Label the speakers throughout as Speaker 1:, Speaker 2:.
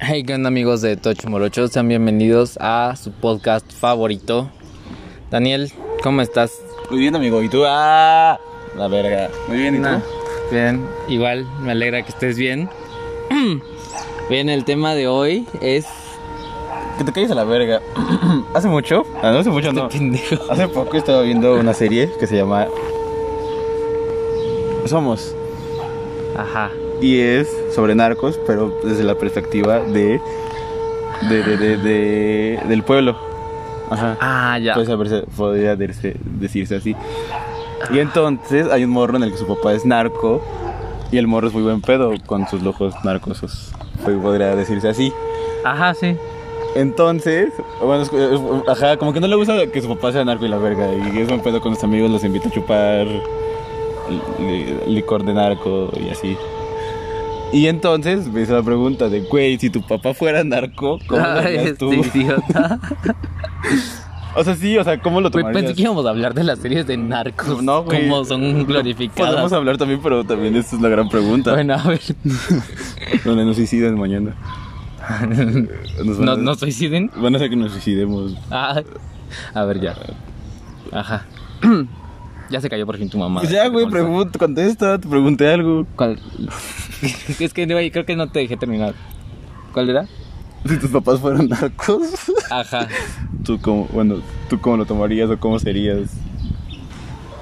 Speaker 1: Hey, ¿qué onda amigos de Tocho Morocho? Sean bienvenidos a su podcast favorito. Daniel, ¿cómo estás?
Speaker 2: Muy bien, amigo. ¿Y tú? ¡Ah! La verga. Muy bien, ¿y
Speaker 1: Nah,
Speaker 2: tú?
Speaker 1: Bien, igual, me alegra que estés bien. Bien, el tema de hoy es... este
Speaker 2: Que te calles a la verga. hace mucho, ah, no hace mucho, no.
Speaker 1: Este pendejo.
Speaker 2: Hace poco estaba viendo una serie que se llama Somos.
Speaker 1: Ajá.
Speaker 2: Y es sobre narcos, pero desde la perspectiva de. de, de, de, de- del pueblo. Ajá.
Speaker 1: Ah, ya.
Speaker 2: Pues, a ver, se- podría dirse- decirse así. Y entonces hay un morro en el que su papá es narco y el morro es muy buen pedo con sus lujos narcosos. Pues podría decirse así.
Speaker 1: Ajá, sí.
Speaker 2: Entonces, bueno, es- es- ajá, como que no le gusta que su papá sea narco y la verga. Y es buen pedo con sus amigos, los invita a chupar li- licor de narco y así. Y entonces me hizo la pregunta de, güey, si tu papá fuera narco, ¿cómo lo
Speaker 1: Ay,
Speaker 2: harías
Speaker 1: este
Speaker 2: tú?
Speaker 1: idiota.
Speaker 2: O sea, sí, o sea, ¿cómo lo
Speaker 1: Güey,
Speaker 2: tomarías?
Speaker 1: pensé que íbamos a hablar de las series de narcos.
Speaker 2: No, güey.
Speaker 1: Como son
Speaker 2: Podemos
Speaker 1: glorificadas.
Speaker 2: hablar también, pero también esta es la gran pregunta.
Speaker 1: Bueno, a ver.
Speaker 2: Donde nos suicidan mañana. Nos van
Speaker 1: ¿No,
Speaker 2: a-
Speaker 1: ¿No suiciden?
Speaker 2: Van a hacer que nos suicidemos.
Speaker 1: Ah, a ver, ya. Ajá. ya se cayó por fin tu mamá.
Speaker 2: ya, güey,
Speaker 1: pregunta.
Speaker 2: pregunta, contesta, te pregunté algo.
Speaker 1: es que, güey, creo que no te dejé terminar. ¿Cuál era?
Speaker 2: Si tus papás fueran narcos,
Speaker 1: Ajá.
Speaker 2: tú cómo, bueno, tú cómo lo tomarías o cómo serías.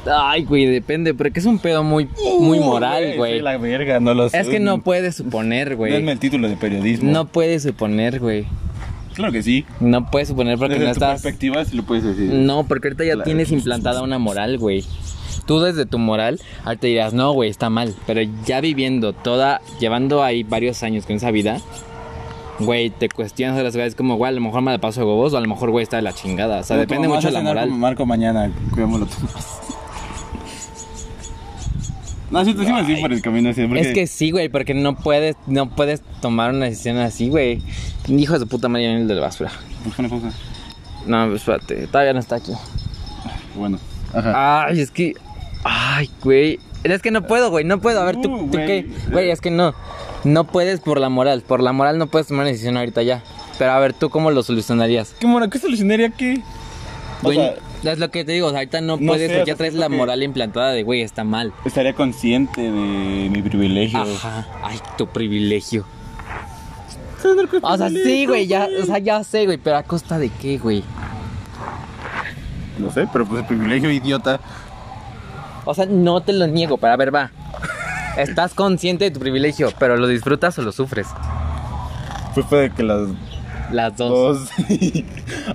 Speaker 1: Ay, güey, depende, porque es un pedo muy, muy moral,
Speaker 2: soy
Speaker 1: güey.
Speaker 2: Uh, La verga, no lo sé.
Speaker 1: Es que no puedes suponer,
Speaker 2: Denme
Speaker 1: güey.
Speaker 2: el título de periodismo.
Speaker 1: No puedes suponer, güey.
Speaker 2: Claro que sí.
Speaker 1: No puedes suponer porque
Speaker 2: desde
Speaker 1: no
Speaker 2: tu
Speaker 1: estás.
Speaker 2: perspectiva sí lo puedes decir.
Speaker 1: No, porque ahorita ya
Speaker 2: Claro.
Speaker 1: tienes implantada una moral, güey. Tú desde tu moral, ahorita dirás, no, güey, está mal. Pero ya viviendo toda, llevando ahí varios años con esa vida, güey, te cuestionas a las veces como, güey, a lo mejor me la paso de huevos o a lo mejor, güey, está de la chingada. O sea,
Speaker 2: Pero tu
Speaker 1: depende
Speaker 2: mamá
Speaker 1: mucho de
Speaker 2: se
Speaker 1: la
Speaker 2: cenar
Speaker 1: moral.
Speaker 2: con Marco mañana, ¿cómo lo tomas? No, sí, tú sí vas a ir por el camino siempre.
Speaker 1: Es que sí, güey, porque no puedes, no puedes tomar una decisión así, güey. Hijo de su puta madre, ya viene el de la basura.
Speaker 2: Busca una pausa.
Speaker 1: No, espérate, todavía no está aquí.
Speaker 2: Bueno. Ajá.
Speaker 1: Ay, es que. Ay, güey. Es que no puedo, güey. No puedo. A ver, tú,
Speaker 2: Uh,
Speaker 1: tú
Speaker 2: güey.
Speaker 1: qué. Güey, es que no. No puedes por la moral. Por la moral no puedes tomar una decisión ahorita ya. Pero a ver, tú cómo lo solucionarías.
Speaker 2: ¿Qué mora? ¿Qué solucionaría qué? O
Speaker 1: Güey,
Speaker 2: sea,
Speaker 1: es lo que te digo. o sea, ahorita no,
Speaker 2: no
Speaker 1: puedes.
Speaker 2: sé, o
Speaker 1: ya
Speaker 2: sea,
Speaker 1: traes la
Speaker 2: siento que-
Speaker 1: moral implantada de, güey, está mal.
Speaker 2: estaría consciente de mi privilegio.
Speaker 1: Ajá. Ay, tu privilegio.
Speaker 2: Estás narco de
Speaker 1: O sea, sí,
Speaker 2: privilegio,
Speaker 1: güey. Ya, o sea, ya sé, güey. Pero a costa de qué, güey.
Speaker 2: No sé, pero pues el privilegio idiota.
Speaker 1: O sea, no te lo niego. Pero a ver, va. Estás consciente de tu privilegio, pero lo disfrutas o lo sufres.
Speaker 2: Pues puede que las
Speaker 1: Las dos.
Speaker 2: dos.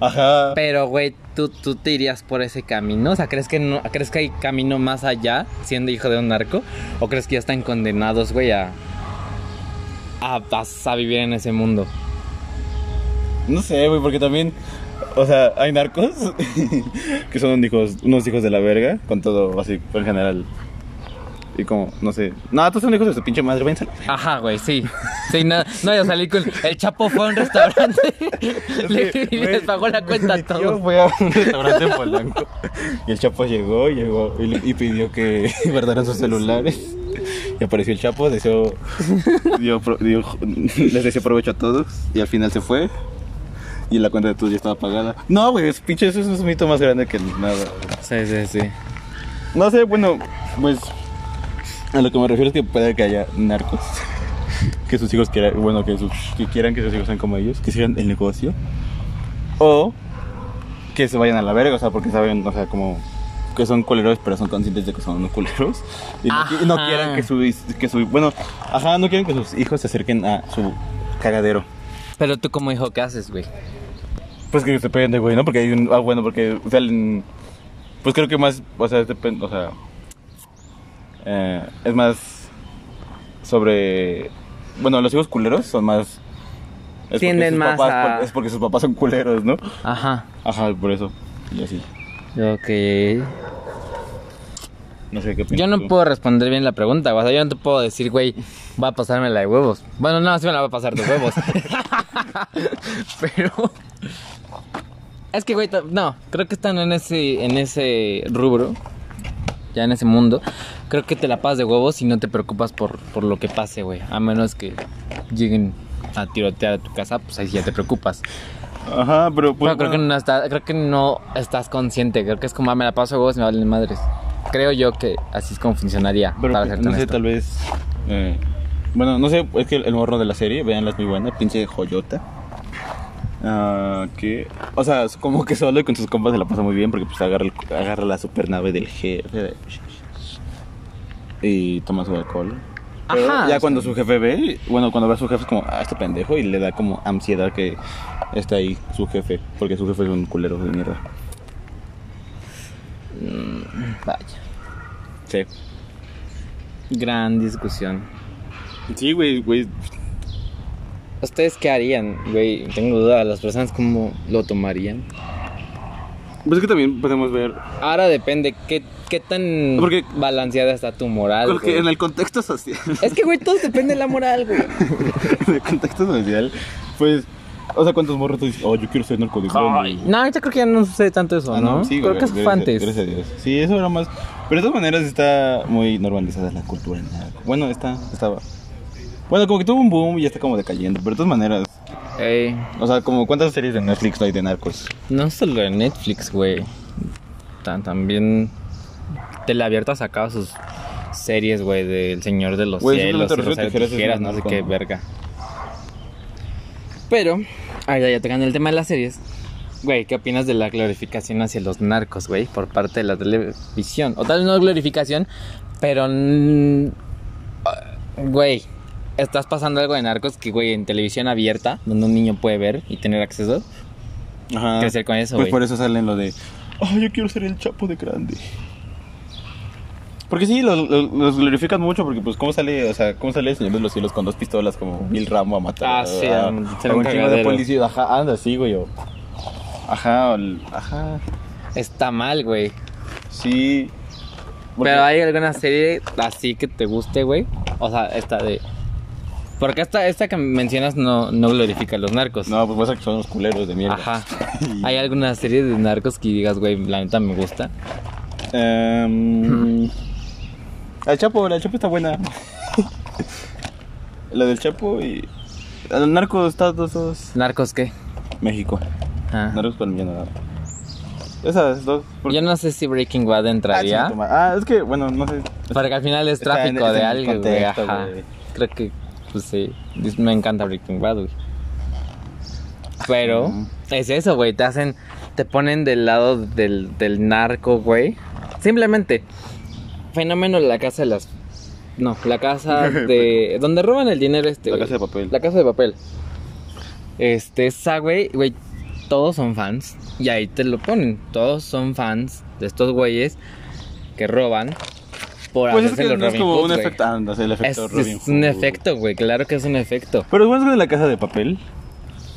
Speaker 2: Ajá.
Speaker 1: Pero, güey, ¿tú, ¿tú te irías por ese camino? O sea, ¿crees que, no, ¿crees que hay camino más allá siendo hijo de un narco? ¿O crees que ya están condenados, güey, a, a, a- a vivir en ese mundo?
Speaker 2: No sé, güey, porque también. O sea, hay narcos que son unos hijos, unos hijos de la verga, con todo así, en general. Y como, no sé. No, todos son hijos de su pinche madre, vénselo.
Speaker 1: Ajá, güey, sí. Sí, no, no yo salí con... El Chapo fue a un restaurante le- y les pagó la cuenta a todos.
Speaker 2: fue a un restaurante en Polanco. Y el Chapo llegó, llegó y, le- y pidió que guardaran sus celulares. Y apareció el Chapo, deseó, dio pro- dio- les deseó provecho a todos. Y al final se fue. Y la cuenta de todos ya estaba pagada. No, güey, es pinche, eso es un mito más grande que nada.
Speaker 1: Sí, sí, sí.
Speaker 2: No sé, bueno, pues. A lo que me refiero es que puede que haya narcos. Que sus hijos quieran, bueno, que, sus- que quieran que sus hijos sean como ellos, que sigan el negocio. O que se vayan a la verga, o sea, porque saben, o sea, como que son culeros, pero son conscientes de que son unos culeros. Y no, qui- y no
Speaker 1: Ajá.
Speaker 2: quieran que su, que su. Bueno, ajá, no quieren que sus hijos se acerquen a su cagadero.
Speaker 1: Pero tú como hijo, ¿qué haces, güey?
Speaker 2: Pues que se peguen de güey, ¿no? Porque hay un. Ah, bueno, porque salen. Pues creo que más. O sea, depende. O sea. eh, es más. Sobre. Bueno, los hijos culeros son más. es porque
Speaker 1: Tienden
Speaker 2: sus
Speaker 1: más
Speaker 2: papás-
Speaker 1: a-
Speaker 2: por- es porque sus papás son culeros, ¿no?
Speaker 1: Ajá.
Speaker 2: Ajá, por eso. Y así.
Speaker 1: Ok.
Speaker 2: No sé qué opinas.
Speaker 1: Yo no
Speaker 2: tú.
Speaker 1: puedo responder bien la pregunta, o sea, yo no te puedo decir, güey, va a pasarme la de huevos. Bueno, no, sí me la va a pasar de huevos. Pero es que güey, ta- no, creo que están en ese en ese rubro, ya en ese mundo. Creo que te la pasas de huevos y no te preocupas por, por lo que pase, güey, a menos que lleguen a tirotear a tu casa, pues ahí sí ya te preocupas.
Speaker 2: Ajá, pero pues.
Speaker 1: Pero creo que
Speaker 2: bueno,
Speaker 1: no está- creo que no estás consciente, creo que es como "Ah, me la paso a huevos y me valen madres. Creo yo que así es como funcionaría
Speaker 2: pero,
Speaker 1: para
Speaker 2: pues,
Speaker 1: ser
Speaker 2: no sé, tal vez. eh, bueno, no sé, es que el, el morro de la serie, veanla, es muy buena, pinche joyota. Ah, que. O sea, es como que solo y con sus compas se la pasa muy bien porque pues agarra, el- agarra la supernave del jefe. de- Y toma su alcohol. Pero
Speaker 1: Ajá, o
Speaker 2: ya
Speaker 1: sea-
Speaker 2: cuando su jefe ve, bueno, cuando ve a su jefe es como, ah, este pendejo, y le da como ansiedad que está ahí su jefe, porque su jefe es un culero de mierda.
Speaker 1: Vaya.
Speaker 2: Sí.
Speaker 1: Gran discusión.
Speaker 2: Sí, güey, güey.
Speaker 1: ¿Ustedes qué harían, güey? Tengo duda, las personas cómo lo tomarían.
Speaker 2: Pues es que también podemos ver.
Speaker 1: Ahora depende qué, qué tan
Speaker 2: Porque-
Speaker 1: balanceada está tu moral.
Speaker 2: Porque
Speaker 1: güey.
Speaker 2: en el contexto social.
Speaker 1: Es que, güey, todo depende de la moral, güey.
Speaker 2: en el contexto social, pues. O sea, ¿cuántos morros tú dices, oh, yo quiero ser narcodigón? güey?
Speaker 1: No, ahorita creo que ya no sucede tanto eso,
Speaker 2: Ah,
Speaker 1: ¿no?
Speaker 2: sí,
Speaker 1: creo
Speaker 2: güey,
Speaker 1: que eso fue
Speaker 2: gracias-
Speaker 1: antes.
Speaker 2: Gracias a Dios. Sí, eso era más. Pero de todas maneras está muy normalizada la cultura. narco. Bueno, está, estaba. Bueno, como que tuvo un boom y ya está como decayendo. Pero de todas maneras,
Speaker 1: Ey,
Speaker 2: o sea, como cuántas series de Netflix no hay de narcos.
Speaker 1: no solo en Netflix, güey. Tan- también Teleabierto ha sacado sus series, güey, del Señor de los
Speaker 2: Güey,
Speaker 1: Cielos,
Speaker 2: simplemente
Speaker 1: y
Speaker 2: Rosario
Speaker 1: Rosario
Speaker 2: Tijeras es
Speaker 1: Tijeras,
Speaker 2: un
Speaker 1: no sé
Speaker 2: narco,
Speaker 1: qué
Speaker 2: ¿no?
Speaker 1: verga. Pero, ahorita ya tocando el tema de las series. Güey, ¿qué opinas de la glorificación hacia los narcos, güey? Por parte de la televisión. O tal vez no glorificación, pero... mm, ah, Güey, estás pasando algo de narcos que, güey, en televisión abierta, donde un niño puede ver y tener acceso,
Speaker 2: Ajá.
Speaker 1: crecer con eso,
Speaker 2: pues
Speaker 1: güey.
Speaker 2: por eso salen lo de, oh, yo quiero ser el chapo de grande. Porque sí, los, los- los glorifican mucho, porque pues cómo sale, o sea, cómo sale el Señor de los Cielos con dos pistolas como Bill Rambo a matar
Speaker 1: Ah, sí,
Speaker 2: a,
Speaker 1: a un-
Speaker 2: a
Speaker 1: ser un
Speaker 2: un chingo de
Speaker 1: cagadero.
Speaker 2: policía, ajá, anda así, güey, o- ajá, o el- ajá,
Speaker 1: Está mal, güey.
Speaker 2: sí. Porque-
Speaker 1: Pero hay alguna serie así que te guste, güey. O sea, esta de. Porque esta, esta que mencionas no, no glorifica a los narcos.
Speaker 2: No, pues pasa que son los culeros de mierda.
Speaker 1: Ajá.
Speaker 2: Y-
Speaker 1: ¿Hay alguna serie de narcos que digas, güey, la neta me gusta?
Speaker 2: Em, la del Chapo, la del Chapo está buena. la del Chapo y... El narco está dos, dos.
Speaker 1: ¿Narcos qué?
Speaker 2: México.
Speaker 1: Ah.
Speaker 2: Narcos colombiano. nada. Esas dos. porque-
Speaker 1: Yo no sé si Breaking Bad
Speaker 2: Ah, chinga
Speaker 1: entraría.
Speaker 2: tu madre. Ah, es que, bueno, no sé.
Speaker 1: Porque al final es
Speaker 2: Está en-
Speaker 1: tráfico
Speaker 2: está
Speaker 1: de
Speaker 2: en el
Speaker 1: algo, güey.
Speaker 2: contexto,
Speaker 1: Ajá.
Speaker 2: güey.
Speaker 1: Creo que, pues sí. Dis- Me encanta Breaking Bad, güey. Pero
Speaker 2: Ajá.
Speaker 1: es eso, güey. Te hacen. Te ponen del lado del, del narco, güey. Simplemente. Fenómeno la casa de las. No, la casa de. donde roban el dinero este.
Speaker 2: La
Speaker 1: güey.
Speaker 2: Casa de Papel.
Speaker 1: La casa de papel. Este, esa, güey, güey. Todos son fans. Y ahí te lo ponen. Todos son fans de estos güeyes que roban. Por
Speaker 2: Pues es
Speaker 1: hacerse
Speaker 2: que
Speaker 1: los
Speaker 2: no es
Speaker 1: Robin
Speaker 2: como
Speaker 1: Hood,
Speaker 2: un
Speaker 1: güey.
Speaker 2: efecto. Ah, no sé, el
Speaker 1: Es,
Speaker 2: efecto
Speaker 1: es
Speaker 2: Robin
Speaker 1: un
Speaker 2: Hood.
Speaker 1: efecto, güey. Claro que es un efecto.
Speaker 2: Pero bueno, es que la casa de papel.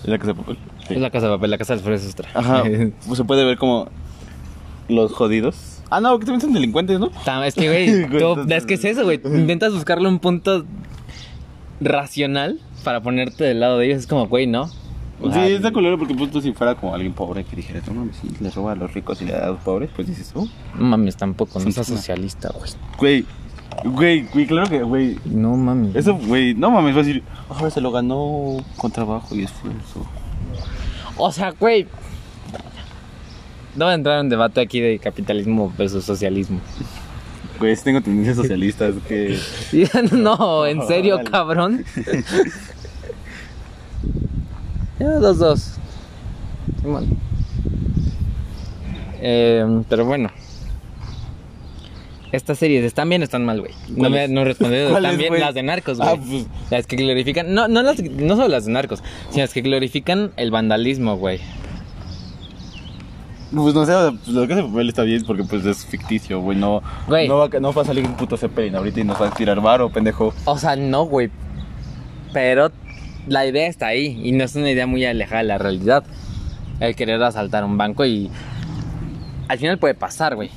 Speaker 2: La casa de papel. sí.
Speaker 1: Es Pues la casa de papel, la casa de Alfredo Sostra.
Speaker 2: Ajá. pues se puede ver como. Los jodidos. Ah, no, que también son delincuentes, ¿no?
Speaker 1: Ta- Es que, güey,
Speaker 2: Güey,
Speaker 1: tú-
Speaker 2: entonces-
Speaker 1: es que es eso, güey. Intentas buscarle un punto racional para ponerte del lado de ellos. Es como, güey, ¿no? O
Speaker 2: sí,
Speaker 1: sea,
Speaker 2: está culero porque pues tú si fuera como alguien pobre que dijera, no mames, sí, le roba a los ricos y le da a los pobres, pues dices, oh,
Speaker 1: No mames, tampoco. No
Speaker 2: Sí,
Speaker 1: seas
Speaker 2: sí.
Speaker 1: socialista, güey.
Speaker 2: güey, güey, güey, claro que, güey,
Speaker 1: No mames.
Speaker 2: Eso, güey, no mames, va a decir, ahora se lo ganó con trabajo y esfuerzo.
Speaker 1: O sea, güey. No voy a entrar en debate aquí de capitalismo versus socialismo.
Speaker 2: Güey, sí tengo tendencias socialistas que...
Speaker 1: no, en serio,
Speaker 2: Órale.
Speaker 1: cabrón. Ya, dos, dos. Simón. Eh, pero bueno. Estas series están bien o están mal, güey. No me
Speaker 2: ¿Cuáles?
Speaker 1: no he respondido.
Speaker 2: ¿Cuáles,
Speaker 1: Están bien
Speaker 2: güey?
Speaker 1: las de narcos, güey.
Speaker 2: Ah, pues.
Speaker 1: Las que glorifican. No, no, las, no solo las de narcos, sino las que glorifican el vandalismo, güey.
Speaker 2: Pues no sé, o sea, pues, lo que hace papel está bien porque pues es ficticio, güey, no,
Speaker 1: Güey.
Speaker 2: No, va, a- no va a salir un puto Zeppelin ahorita y nos va a tirar varo, pendejo.
Speaker 1: O sea, no, güey. Pero la idea está ahí y no es una idea muy alejada de la realidad. El querer asaltar un banco y al final puede pasar, güey.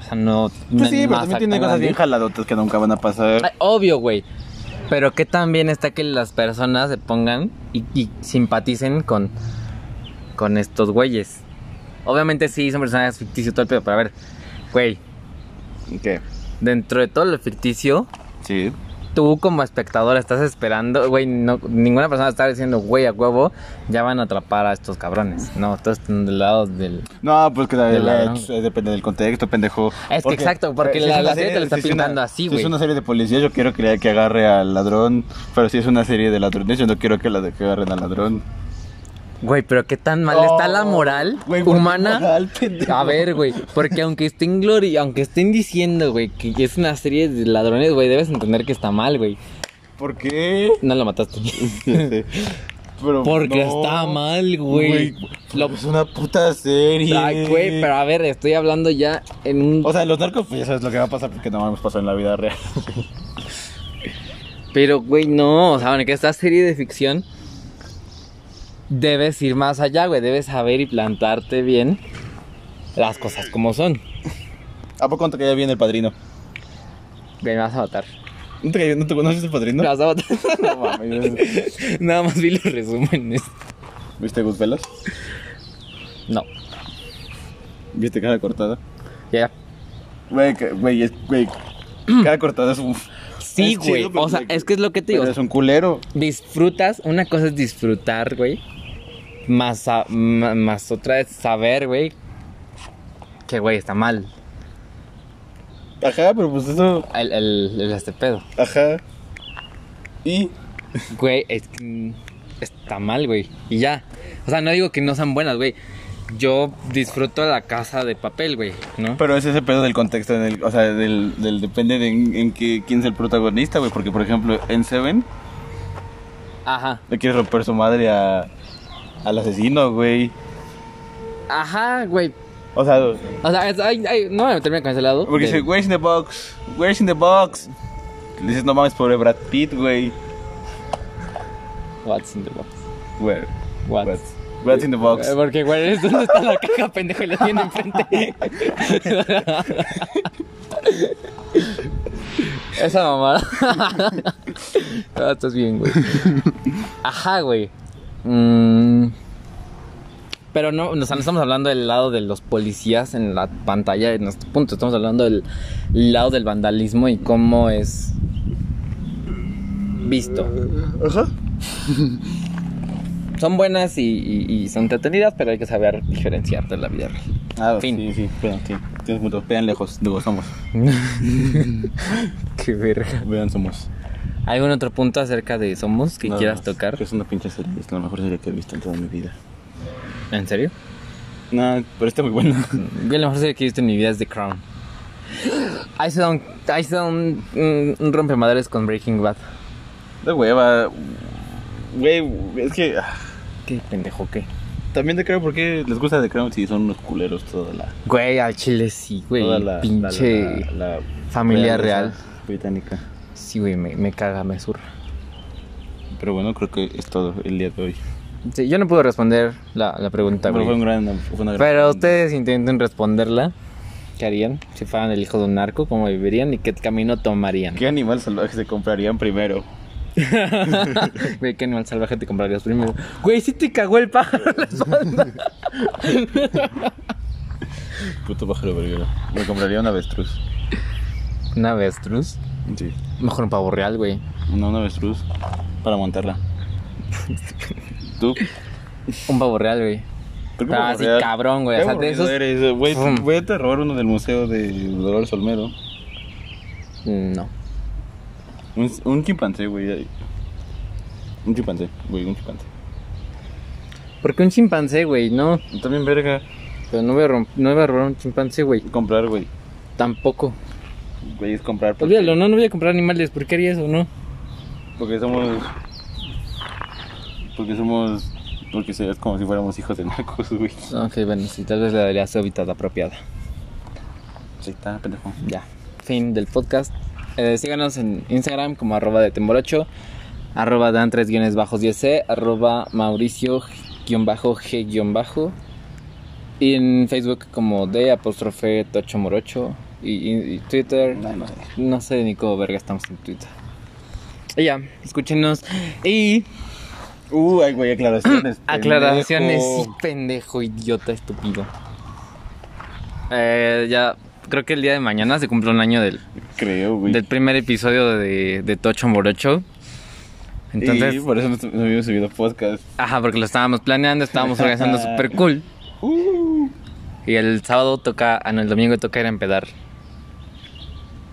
Speaker 1: O sea, no. no
Speaker 2: Pues sí,
Speaker 1: es
Speaker 2: pero
Speaker 1: más
Speaker 2: también tiene
Speaker 1: tan
Speaker 2: cosas bien
Speaker 1: grande.
Speaker 2: jaladotas que nunca van a pasar.
Speaker 1: Ay, Obvio, güey. Pero que también está que las personas se pongan y, y simpaticen con, con estos güeyes. Obviamente sí, son personajes ficticios todo el pedo, pero a ver, güey,
Speaker 2: ¿Qué?
Speaker 1: dentro de todo lo ficticio,
Speaker 2: Sí.
Speaker 1: tú como espectador estás esperando, güey, no, ninguna persona está diciendo, güey, a huevo, ya van a atrapar a estos cabrones. No, todos están del lado del...
Speaker 2: No, pues que la,
Speaker 1: De
Speaker 2: la-
Speaker 1: ladrón.
Speaker 2: eh, depende del contexto, pendejo.
Speaker 1: Es que exacto, porque
Speaker 2: eh,
Speaker 1: la-
Speaker 2: es una
Speaker 1: la serie te lo está
Speaker 2: si es una-
Speaker 1: pintando así,
Speaker 2: si
Speaker 1: güey.
Speaker 2: es una serie de policías, yo quiero que, que agarre al ladrón. Pero si es una serie de ladrones, yo no quiero que, la de, que agarren al ladrón.
Speaker 1: Güey, pero qué tan mal está la moral
Speaker 2: Oh, Güey, ¿por qué
Speaker 1: humana.
Speaker 2: moral, pendejo?
Speaker 1: a ver, güey, porque aunque estén gloria, aunque estén diciendo, güey, que es una serie de ladrones, güey, debes entender que está mal, güey.
Speaker 2: ¿Por qué?
Speaker 1: No lo mataste.
Speaker 2: Ya sé. Pero
Speaker 1: Porque
Speaker 2: no.
Speaker 1: está mal, güey. Lo-
Speaker 2: Es una puta serie.
Speaker 1: Ay, güey, pero a ver, estoy hablando ya en un
Speaker 2: O sea, los narcos, pues ya sabes lo que va a pasar porque no hemos pasado en la vida real.
Speaker 1: Pero, güey, no. O sea, bueno, que esta serie de ficción debes ir más allá, güey. Debes saber y plantarte bien las cosas como son.
Speaker 2: ¿A poco no te caía bien el padrino?
Speaker 1: Güey, me vas a matar.
Speaker 2: ¿No te, caía- no te conoces el padrino?
Speaker 1: Me vas a matar.
Speaker 2: No mames.
Speaker 1: Nada más vi los resúmenes.
Speaker 2: ¿Viste Goodfellas?
Speaker 1: No.
Speaker 2: ¿Viste cara cortada?
Speaker 1: Ya.
Speaker 2: Güey, que- güey, es- güey. Cara cortada es un.
Speaker 1: Sí,
Speaker 2: Es chido,
Speaker 1: güey.
Speaker 2: pero-
Speaker 1: O sea, es que es lo que Mm. te digo.
Speaker 2: Pero es un culero.
Speaker 1: Disfrutas. Una cosa es disfrutar, güey. Más, sa- ma- más otra es saber, güey. Que, güey, está mal.
Speaker 2: Ajá, pero pues eso.
Speaker 1: El, el, el este pedo.
Speaker 2: Ajá. Y.
Speaker 1: Güey, es que está mal, güey. Y ya. O sea, no digo que no sean buenas, güey. Yo disfruto la casa de papel, güey, ¿no?
Speaker 2: Pero es ese pedo del contexto, en el- o sea, del, del- depende de en, en qué- quién es el protagonista, güey. Porque, por ejemplo, en Seven
Speaker 1: Ajá.
Speaker 2: le quieres romper su madre a, al asesino, güey.
Speaker 1: Ajá, güey.
Speaker 2: O sea,
Speaker 1: O sea, es- ay, ay, no voy a meterme con ese lado.
Speaker 2: porque
Speaker 1: del-
Speaker 2: dice, where's in the box? Where's in the box? Le dices, no mames, pobre Brad Pitt, güey.
Speaker 1: What's in the box?
Speaker 2: Where?
Speaker 1: What?
Speaker 2: What's, what's in the box?
Speaker 1: Eh, Porque, güey, es donde está la caja, pendejo, y la tiene enfrente. Esa mamada. Ah, estás bien, güey. Ajá, güey. Mm. Pero no, o sea, no estamos hablando del lado de los policías en la pantalla en nuestro punto. Estamos hablando del lado del vandalismo y cómo es visto. eh,
Speaker 2: Ajá.
Speaker 1: Son buenas y, y- y son entretenidas, pero hay que saber diferenciar de la vida real.
Speaker 2: Ah,
Speaker 1: Fin.
Speaker 2: sí, sí, vean, sí. Tienes punto. Vean lejos, digo, somos.
Speaker 1: Qué verga.
Speaker 2: Vean, somos.
Speaker 1: ¿Algún otro punto acerca de Somos que
Speaker 2: Nada
Speaker 1: quieras
Speaker 2: más.
Speaker 1: tocar?
Speaker 2: Es una pinche serie, es la mejor serie que he visto en toda mi vida.
Speaker 1: ¿En serio?
Speaker 2: No, pero está muy buena.
Speaker 1: Yo la mejor serie que he visto en mi vida es The Crown. Ahí se da un, ahí se da un, un- mm, un rompemadres con Breaking Bad.
Speaker 2: De hueva. Güey, es que ah,
Speaker 1: Qué pendejo, qué.
Speaker 2: también te creo porque les gusta de Crown si son unos culeros toda la.
Speaker 1: Güey, al chile sí, güey.
Speaker 2: toda la
Speaker 1: pinche.
Speaker 2: la- la- la
Speaker 1: familia
Speaker 2: realeza
Speaker 1: real.
Speaker 2: Británica.
Speaker 1: Sí, güey, me, me caga, me zurra.
Speaker 2: Pero bueno, creo que es todo el día de hoy.
Speaker 1: Sí, yo no puedo responder la, la pregunta,
Speaker 2: Pero
Speaker 1: güey.
Speaker 2: fue un gran. fue una gran-
Speaker 1: Pero ustedes intenten responderla. ¿Qué harían? Si fueran el hijo de un narco, ¿cómo vivirían y qué camino tomarían?
Speaker 2: ¿Qué animal salvaje se comprarían primero?
Speaker 1: Güey, qué animal salvaje te comprarías primero. Güey, sí te cagó el pájaro en la espalda.
Speaker 2: Puto pájaro verguero. Me compraría un avestruz.
Speaker 1: Un avestruz.
Speaker 2: Sí.
Speaker 1: Mejor un pavo real, güey.
Speaker 2: No, un avestruz. Para montarla. ¿Tú?
Speaker 1: Un pavo real, güey.
Speaker 2: ¿Por
Speaker 1: Ah, sí,
Speaker 2: borrear?
Speaker 1: cabrón, güey. O
Speaker 2: Qué
Speaker 1: sea, de
Speaker 2: aburrido
Speaker 1: esos.
Speaker 2: eres, güey.
Speaker 1: Fum.
Speaker 2: Voy a robar uno del museo de Dolores Olmedo.
Speaker 1: Mm, No.
Speaker 2: Un, un chimpancé, güey. Un chimpancé, güey, un chimpancé.
Speaker 1: Porque un chimpancé, güey, no.
Speaker 2: También verga
Speaker 1: Pero no voy a, romp- no voy a robar un chimpancé, güey.
Speaker 2: comprar, güey.
Speaker 1: Tampoco.
Speaker 2: Güey, es comprar porque,
Speaker 1: Olvídalo, no, no voy a comprar animales. ¿Por qué haría eso, no?
Speaker 2: porque somos porque somos porque se- es como si fuéramos hijos de narcos, güey.
Speaker 1: Ok, bueno, sí, tal vez le daría su hábitat apropiada.
Speaker 2: Sí, está pendejo.
Speaker 1: Ya, fin del podcast. Eh, síganos en Instagram como arroba de Temborocho, arroba dan 3 guiones bajos 10C, arroba mauricio guión bajo g guión bajo. Y en Facebook como de apóstrofe tocho morocho. Y, y- y Twitter,
Speaker 2: No, no sé.
Speaker 1: no sé ni cómo verga estamos en Twitter. Y ya, escúchenos. Y
Speaker 2: Uh, ay, güey, aclaraciones.
Speaker 1: aclaraciones, sí,
Speaker 2: pendejo.
Speaker 1: pendejo, idiota, estúpido. Eh, ya, creo que el día de mañana se cumple un año del,
Speaker 2: Creo, güey.
Speaker 1: del primer episodio de, de Tocho Morocho. Entonces,
Speaker 2: y por eso no, no habíamos subido podcast.
Speaker 1: ajá, porque lo estábamos planeando, estábamos organizando super cool.
Speaker 2: Uh,
Speaker 1: Y el sábado toca, ah, no, el domingo toca ir a empedar.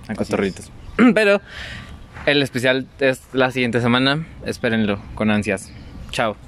Speaker 1: A cotorritos. Pero el especial es la siguiente semana. Espérenlo con ansias. Chao.